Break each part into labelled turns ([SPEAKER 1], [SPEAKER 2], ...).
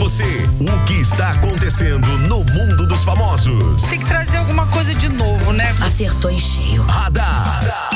[SPEAKER 1] você o que está acontecendo no mundo dos famosos.
[SPEAKER 2] Tem que trazer alguma coisa de novo, né?
[SPEAKER 3] Acertou em cheio.
[SPEAKER 1] Radar.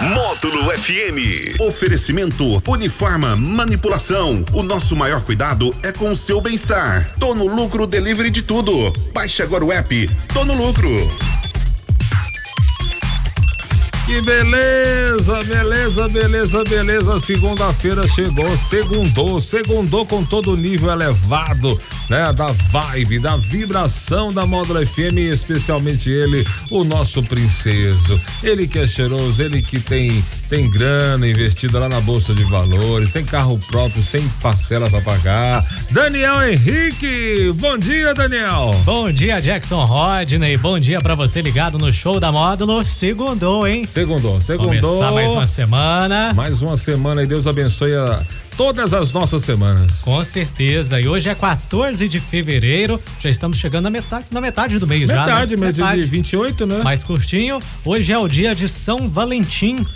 [SPEAKER 1] Módulo FM.
[SPEAKER 4] Oferecimento Uniforma Manipulação. O nosso maior cuidado é com o seu bem-estar. Tô no lucro delivery de tudo. Baixe agora o app. Tô no lucro.
[SPEAKER 5] Que beleza, beleza, beleza, beleza. Segunda-feira chegou, segundou, segundou com todo o nível elevado, né? Da vibe, da vibração da Módulo FM, especialmente ele, o nosso princeso. Ele que é cheiroso, ele que tem tem grana investida lá na bolsa de valores, tem carro próprio, sem parcela para pagar. Daniel Henrique, bom dia, Daniel.
[SPEAKER 6] Bom dia, Jackson Rodney. Bom dia para você ligado no show da Módulo. Segundou, hein?
[SPEAKER 5] Segundou, segundou.
[SPEAKER 6] Começar mais uma semana.
[SPEAKER 5] Mais uma semana e Deus abençoe a todas as nossas semanas.
[SPEAKER 6] Com certeza. E hoje é 14 de fevereiro. Já estamos chegando na metade, na metade do mês
[SPEAKER 5] metade,
[SPEAKER 6] já.
[SPEAKER 5] Né? Mês metade, mês de 28, né?
[SPEAKER 6] Mais curtinho. Hoje é o dia de São Valentim.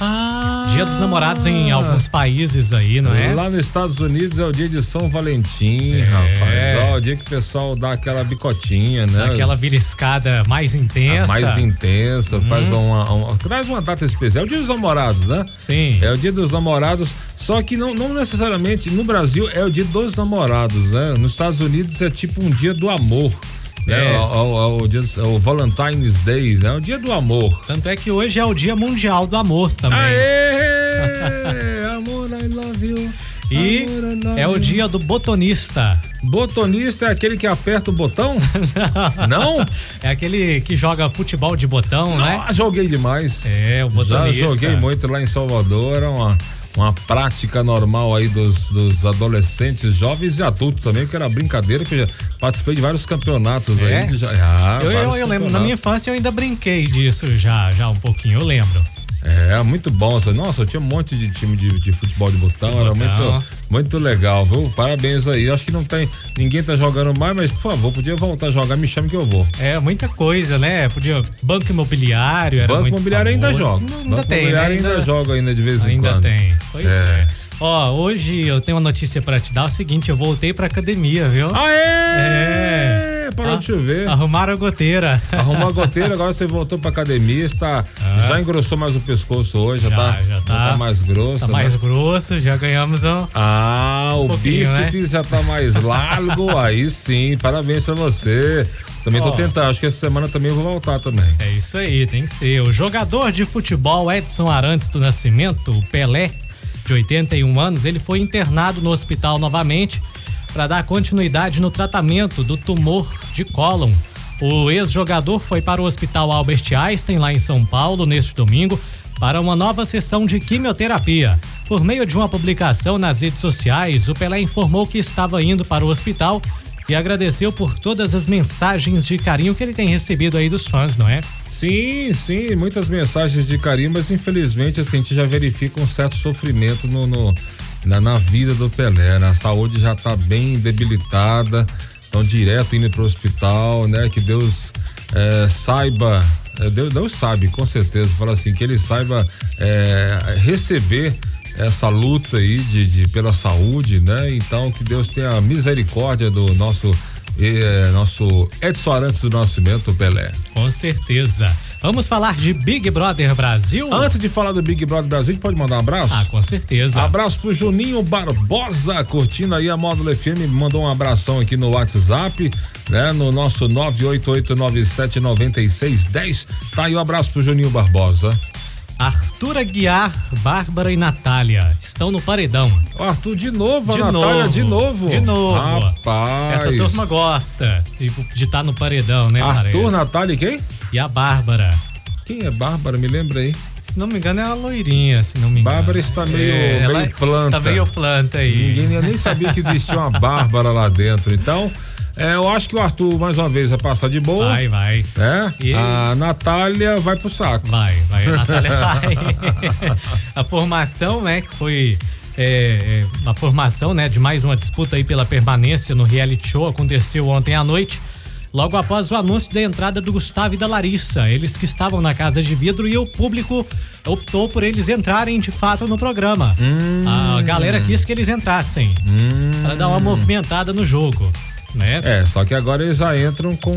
[SPEAKER 6] Ah. Dia dos namorados em alguns países aí, não é?
[SPEAKER 5] Lá nos Estados Unidos é o dia de São Valentim, é. rapaz. Ó, o dia que o pessoal dá aquela bicotinha, né? Dá
[SPEAKER 6] aquela beliscada mais intensa. A
[SPEAKER 5] mais intensa, hum. faz
[SPEAKER 6] Uhum.
[SPEAKER 5] uma, uma, Traz uma data especial. É o dia dos namorados, né?
[SPEAKER 6] Sim.
[SPEAKER 5] É o dia dos namorados. Só que não, não necessariamente no Brasil é o dia dos namorados, né? Nos Estados Unidos é tipo um dia do amor. É. É, o, o, o, o, Valentine's Day, né? O dia do amor.
[SPEAKER 6] Tanto é que hoje é o dia mundial do amor também. né?
[SPEAKER 5] Aê! amor, I love you.
[SPEAKER 6] E amor, é o dia do botonista.
[SPEAKER 5] Botonista é aquele que aperta o botão? Não? Ah,
[SPEAKER 6] É aquele que joga futebol de botão, Não, né?
[SPEAKER 5] Joguei demais.
[SPEAKER 6] É, o botonista.
[SPEAKER 5] Já joguei muito lá em Salvador, é uma uma prática normal aí dos, dos adolescentes, jovens e adultos também, que era brincadeira, que eu já participei de vários campeonatos é? aí. Já,
[SPEAKER 6] ah, eu, vários eu, eu lembro, na minha infância eu ainda brinquei disso já, já um pouquinho, eu lembro.
[SPEAKER 5] É, muito bom. Nossa, eu tinha um monte de time de, de futebol de botão, de era botão. muito, muito legal, viu? Parabéns aí. Acho que não tem, ninguém tá jogando mais, mas por favor, podia voltar a jogar, me chame que eu vou.
[SPEAKER 6] É, muita coisa, né? Podia, banco imobiliário, era
[SPEAKER 5] Banco imobiliário
[SPEAKER 6] famoso.
[SPEAKER 5] ainda joga.
[SPEAKER 6] Não,
[SPEAKER 5] ainda banco
[SPEAKER 6] tem,
[SPEAKER 5] imobiliário
[SPEAKER 6] né?
[SPEAKER 5] ainda, joga ainda de vez
[SPEAKER 6] ainda
[SPEAKER 5] em quando.
[SPEAKER 6] Ainda tem, pois é. é. Ó, hoje eu tenho uma notícia para te dar. É o seguinte, eu voltei pra academia, viu?
[SPEAKER 5] Aê! É. Ah, Parou ah, de chover.
[SPEAKER 6] Arrumaram a goteira.
[SPEAKER 5] Arrumou a goteira, agora você voltou pra academia, está, ah. já engrossou mais o pescoço hoje, já, já, tá, já, tá, já tá mais grosso. Tá né?
[SPEAKER 6] mais grosso, já ganhamos um.
[SPEAKER 5] Ah, um o bíceps né? já tá mais largo, aí sim, parabéns pra você. Também oh. tô tentando, acho que essa semana também eu vou voltar também.
[SPEAKER 6] É isso aí, tem que ser. O jogador de futebol Edson Arantes do Nascimento, o Pelé, de 81 anos, ele foi internado no hospital novamente para dar continuidade no tratamento do tumor de cólon. O ex-jogador foi para o Hospital Albert Einstein, lá em São Paulo, neste domingo, para uma nova sessão de quimioterapia. Por meio de uma publicação nas redes sociais, o Pelé informou que estava indo para o hospital e agradeceu por todas as mensagens de carinho que ele tem recebido aí dos fãs, não é?
[SPEAKER 5] Sim, sim, muitas mensagens de carinho, mas infelizmente assim, a gente já verifica um certo sofrimento no, no na, na, vida do Pelé, né? A saúde já está bem debilitada, então direto indo para o hospital, né? Que Deus é, saiba, eh, Deus, Deus sabe, com certeza, fala assim, que ele saiba é, receber essa luta aí de, de, pela saúde, né? Então que Deus tenha misericórdia do nosso eh, nosso Edson Arantes do Nascimento Pelé.
[SPEAKER 6] Com certeza. Vamos falar de Big Brother Brasil?
[SPEAKER 5] Antes de falar do Big Brother Brasil, a gente pode mandar um abraço?
[SPEAKER 6] Ah, com certeza.
[SPEAKER 5] Abraço pro Juninho Barbosa, curtindo aí a Módulo FM, mandou um abração aqui no WhatsApp, né? No nosso 988979610. Tá aí o um abraço pro Juninho Barbosa.
[SPEAKER 6] Arthur Aguiar, Bárbara e Natália estão no paredão.
[SPEAKER 5] O Arthur de novo, de a Natália novo, de novo.
[SPEAKER 6] De novo.
[SPEAKER 5] Rapaz.
[SPEAKER 6] Essa turma gosta de estar tá no paredão, né,
[SPEAKER 5] Arthur, Maria? Natália e quem?
[SPEAKER 6] E a Bárbara.
[SPEAKER 5] Quem é Bárbara? Me lembra aí.
[SPEAKER 6] Se não me engano, é a loirinha, se não me engano.
[SPEAKER 5] Bárbara está meio, é, meio planta.
[SPEAKER 6] Tá meio planta aí.
[SPEAKER 5] Ninguém nem sabia que existia uma Bárbara lá dentro. Então, é, eu acho que o Arthur, mais uma vez, vai passar de boa.
[SPEAKER 6] Vai, vai.
[SPEAKER 5] Né? E... A Natália vai pro saco.
[SPEAKER 6] Vai, vai. A Natália vai. a formação, né, que foi. É, a formação, né, de mais uma disputa aí pela permanência no reality show aconteceu ontem à noite. logo após o anúncio da entrada do Gustavo e da Larissa, eles que estavam na Casa de Vidro e o público optou por eles entrarem de fato no programa.
[SPEAKER 5] Hum.
[SPEAKER 6] A galera quis que eles entrassem para dar uma movimentada no jogo, né?
[SPEAKER 5] É, só que agora eles já entram com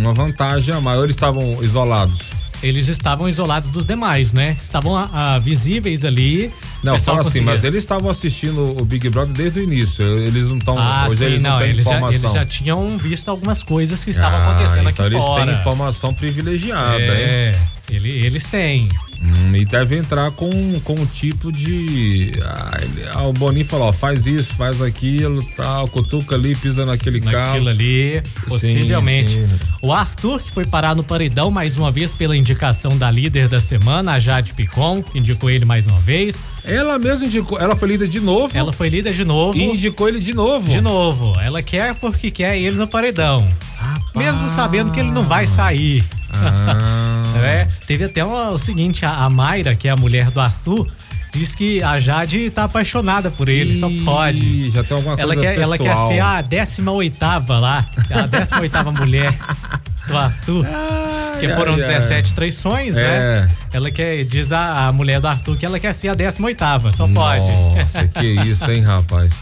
[SPEAKER 5] uma vantagem a maior. Eles estavam isolados.
[SPEAKER 6] Eles estavam isolados dos demais, né? Estavam ah, ah, visíveis ali. o
[SPEAKER 5] Não,
[SPEAKER 6] pessoal
[SPEAKER 5] fala assim,
[SPEAKER 6] conseguia-
[SPEAKER 5] mas eles estavam assistindo o Big Brother desde o início. Eles não estão.
[SPEAKER 6] Ah,
[SPEAKER 5] hoje
[SPEAKER 6] sim,
[SPEAKER 5] eles não,
[SPEAKER 6] não,
[SPEAKER 5] têm
[SPEAKER 6] eles, já,
[SPEAKER 5] informação.
[SPEAKER 6] eles já tinham visto algumas coisas que estavam
[SPEAKER 5] Ah,
[SPEAKER 6] acontecendo
[SPEAKER 5] então
[SPEAKER 6] aqui
[SPEAKER 5] eles
[SPEAKER 6] fora.
[SPEAKER 5] têm informação privilegiada, hein?
[SPEAKER 6] é, ele, eles têm. né,
[SPEAKER 5] Hum, e deve entrar com, com um tipo de. Ah, ele- ah, o Boninho falou: ó, faz isso, faz aquilo, tal, cutuca ali, pisa naquele carro.
[SPEAKER 6] Naquilo ali, possivelmente.
[SPEAKER 5] sim.
[SPEAKER 6] O Arthur, que foi parar no paredão mais uma vez pela indicação da líder da semana, a Jade Picon, que indicou ele mais uma vez.
[SPEAKER 5] Ela mesma indicou, ela foi líder de novo
[SPEAKER 6] Ela foi líder de novo.
[SPEAKER 5] e indicou ele de novo.
[SPEAKER 6] De novo, ela quer porque quer ele no paredão.
[SPEAKER 5] Rapaz.
[SPEAKER 6] Mesmo sabendo que ele não vai sair.
[SPEAKER 5] Ah,
[SPEAKER 6] É, teve até o, o seguinte, a, a Mayra, que é a mulher do Arthur, diz que a Jade tá apaixonada por ele, só
[SPEAKER 5] Ih,
[SPEAKER 6] pode.
[SPEAKER 5] já tem alguma
[SPEAKER 6] ela
[SPEAKER 5] coisa
[SPEAKER 6] quer, ela quer
[SPEAKER 5] pessoal.
[SPEAKER 6] ser a 18 lá, a 18 mulher do Arthur. Que
[SPEAKER 5] Ai,
[SPEAKER 6] foram
[SPEAKER 5] ai, ai.
[SPEAKER 6] 17 traições,
[SPEAKER 5] É.
[SPEAKER 6] né? Ela quer, diz a, a mulher do Arthur que ela quer ser a 18 só pode.
[SPEAKER 5] Nossa, que isso, hein, rapaz?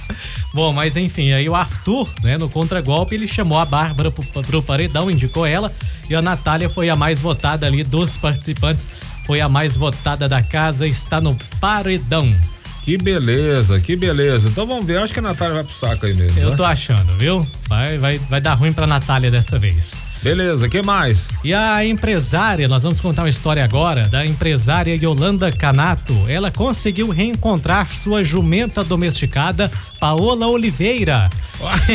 [SPEAKER 6] Bom, mas enfim, aí o Arthur, né, no contragolpe, ele chamou a Bárbara pro, pro paredão, indicou ela, e a Natália foi a mais votada ali dos participantes, foi a mais votada da casa, está no paredão.
[SPEAKER 5] Que beleza, que beleza. Então vamos ver, acho que a Natália vai pro saco aí mesmo.
[SPEAKER 6] Eu
[SPEAKER 5] né?
[SPEAKER 6] tô achando, viu? Vai, vai, vai dar ruim pra Natália dessa vez.
[SPEAKER 5] Beleza, que mais?
[SPEAKER 6] E a empresária, nós vamos contar uma história agora da empresária Yolanda Canato. Ela conseguiu reencontrar sua jumenta domesticada, Paola Oliveira,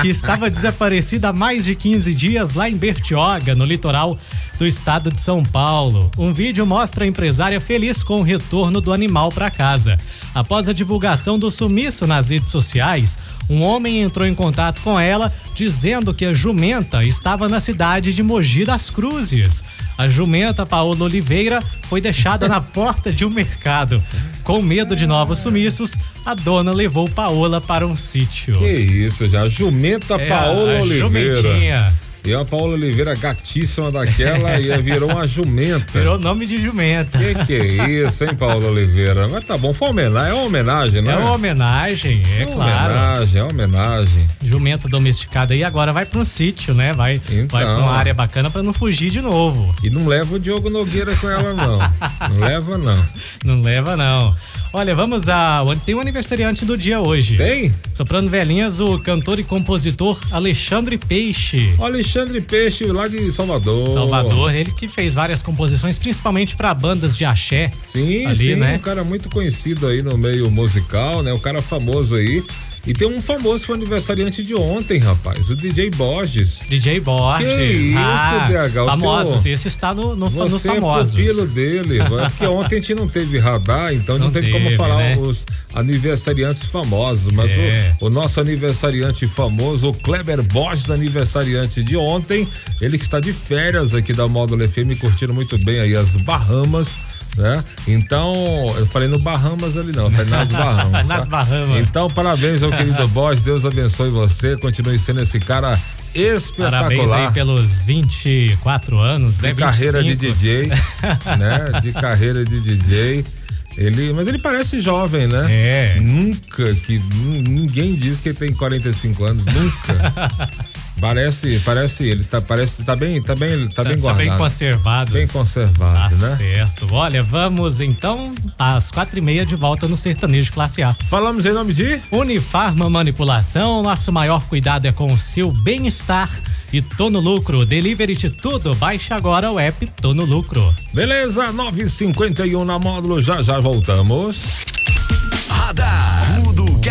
[SPEAKER 6] que estava desaparecida há mais de 15 dias lá em Bertioga, no litoral do estado de São Paulo. Um vídeo mostra a empresária feliz com o retorno do animal para casa. Após a divulgação do sumiço nas redes sociais, um homem entrou em contato com ela dizendo que a jumenta estava na cidade de Mogi das Cruzes. A jumenta Paola Oliveira foi deixada na porta de um mercado. Com medo de novos sumiços, a dona levou Paola para um sítio.
[SPEAKER 5] Que isso, já. Jumenta
[SPEAKER 6] É,
[SPEAKER 5] Paola
[SPEAKER 6] a
[SPEAKER 5] Oliveira.
[SPEAKER 6] Jumentinha.
[SPEAKER 5] E a Paola Oliveira, gatíssima daquela, e virou uma jumenta.
[SPEAKER 6] Virou nome de jumenta.
[SPEAKER 5] Que que é isso, hein, Paola Oliveira? Mas tá bom, foi uma homenagem, é uma homenagem, né?
[SPEAKER 6] É uma homenagem, é claro.
[SPEAKER 5] homenagem, é uma homenagem.
[SPEAKER 6] Jumenta domesticada aí agora vai para um sítio, né? Vai,
[SPEAKER 5] Então.
[SPEAKER 6] vai para uma área bacana para não fugir de novo.
[SPEAKER 5] E não leva o Diogo Nogueira com ela, não. Não leva, não.
[SPEAKER 6] Não leva, não. Olha, vamos a. Tem um aniversariante do dia hoje.
[SPEAKER 5] Tem?
[SPEAKER 6] Soprando velhinhas, o cantor e compositor Alexandre Peixe.
[SPEAKER 5] O Alexandre Peixe, lá de Salvador.
[SPEAKER 6] Salvador, ele que fez várias composições, principalmente para bandas de axé.
[SPEAKER 5] Sim,
[SPEAKER 6] ali,
[SPEAKER 5] sim, um
[SPEAKER 6] né?
[SPEAKER 5] cara muito conhecido aí no meio musical, né? Um cara famoso aí. E tem um famoso que foi aniversariante de ontem, rapaz, o DJ Borges.
[SPEAKER 6] DJ Borges. Ah,
[SPEAKER 5] Que isso, BH, o
[SPEAKER 6] Famosos.
[SPEAKER 5] seu-
[SPEAKER 6] Esse está no, no, nos
[SPEAKER 5] Você é
[SPEAKER 6] famosos.
[SPEAKER 5] pupilo dele, vai, porque ontem a gente não teve radar, então não,
[SPEAKER 6] Não
[SPEAKER 5] teve, como
[SPEAKER 6] teve,
[SPEAKER 5] falar
[SPEAKER 6] né?
[SPEAKER 5] os aniversariantes famosos, mas
[SPEAKER 6] É.
[SPEAKER 5] o, o nosso aniversariante famoso, o Kleber Borges, aniversariante de ontem, ele que está de férias aqui da Módulo FM, curtindo muito bem aí as Bahamas, né? Então, eu falei no Bahamas ali não, eu falei nas Bahamas. tá?
[SPEAKER 6] Nas Bahamas.
[SPEAKER 5] Então, parabéns ao querido Borges, Deus abençoe você, continue sendo esse cara espetacular
[SPEAKER 6] Parabéns aí pelos 24 anos, né?
[SPEAKER 5] de carreira de
[SPEAKER 6] 25.
[SPEAKER 5] DJ, né? De carreira de DJ. Ele, mas ele parece jovem, né?
[SPEAKER 6] É.
[SPEAKER 5] Nunca que nu- ninguém diz que ele tem 45 anos, nunca. parece, parece ele tá parece tá bem, tá bem, tá, bem
[SPEAKER 6] Tá
[SPEAKER 5] guardado.
[SPEAKER 6] bem conservado.
[SPEAKER 5] Bem
[SPEAKER 6] Tá
[SPEAKER 5] conservado, né?
[SPEAKER 6] certo. Olha, vamos então às quatro e meia de volta no Sertanejo Classe A.
[SPEAKER 5] Falamos em nome de
[SPEAKER 6] Unifarma Manipulação, nosso maior cuidado é com o seu bem-estar. E tô no lucro, delivery de tudo. Baixe agora o app Tô no Lucro.
[SPEAKER 5] Beleza 951 na módulo, já já voltamos.
[SPEAKER 1] Radar. Tudo o que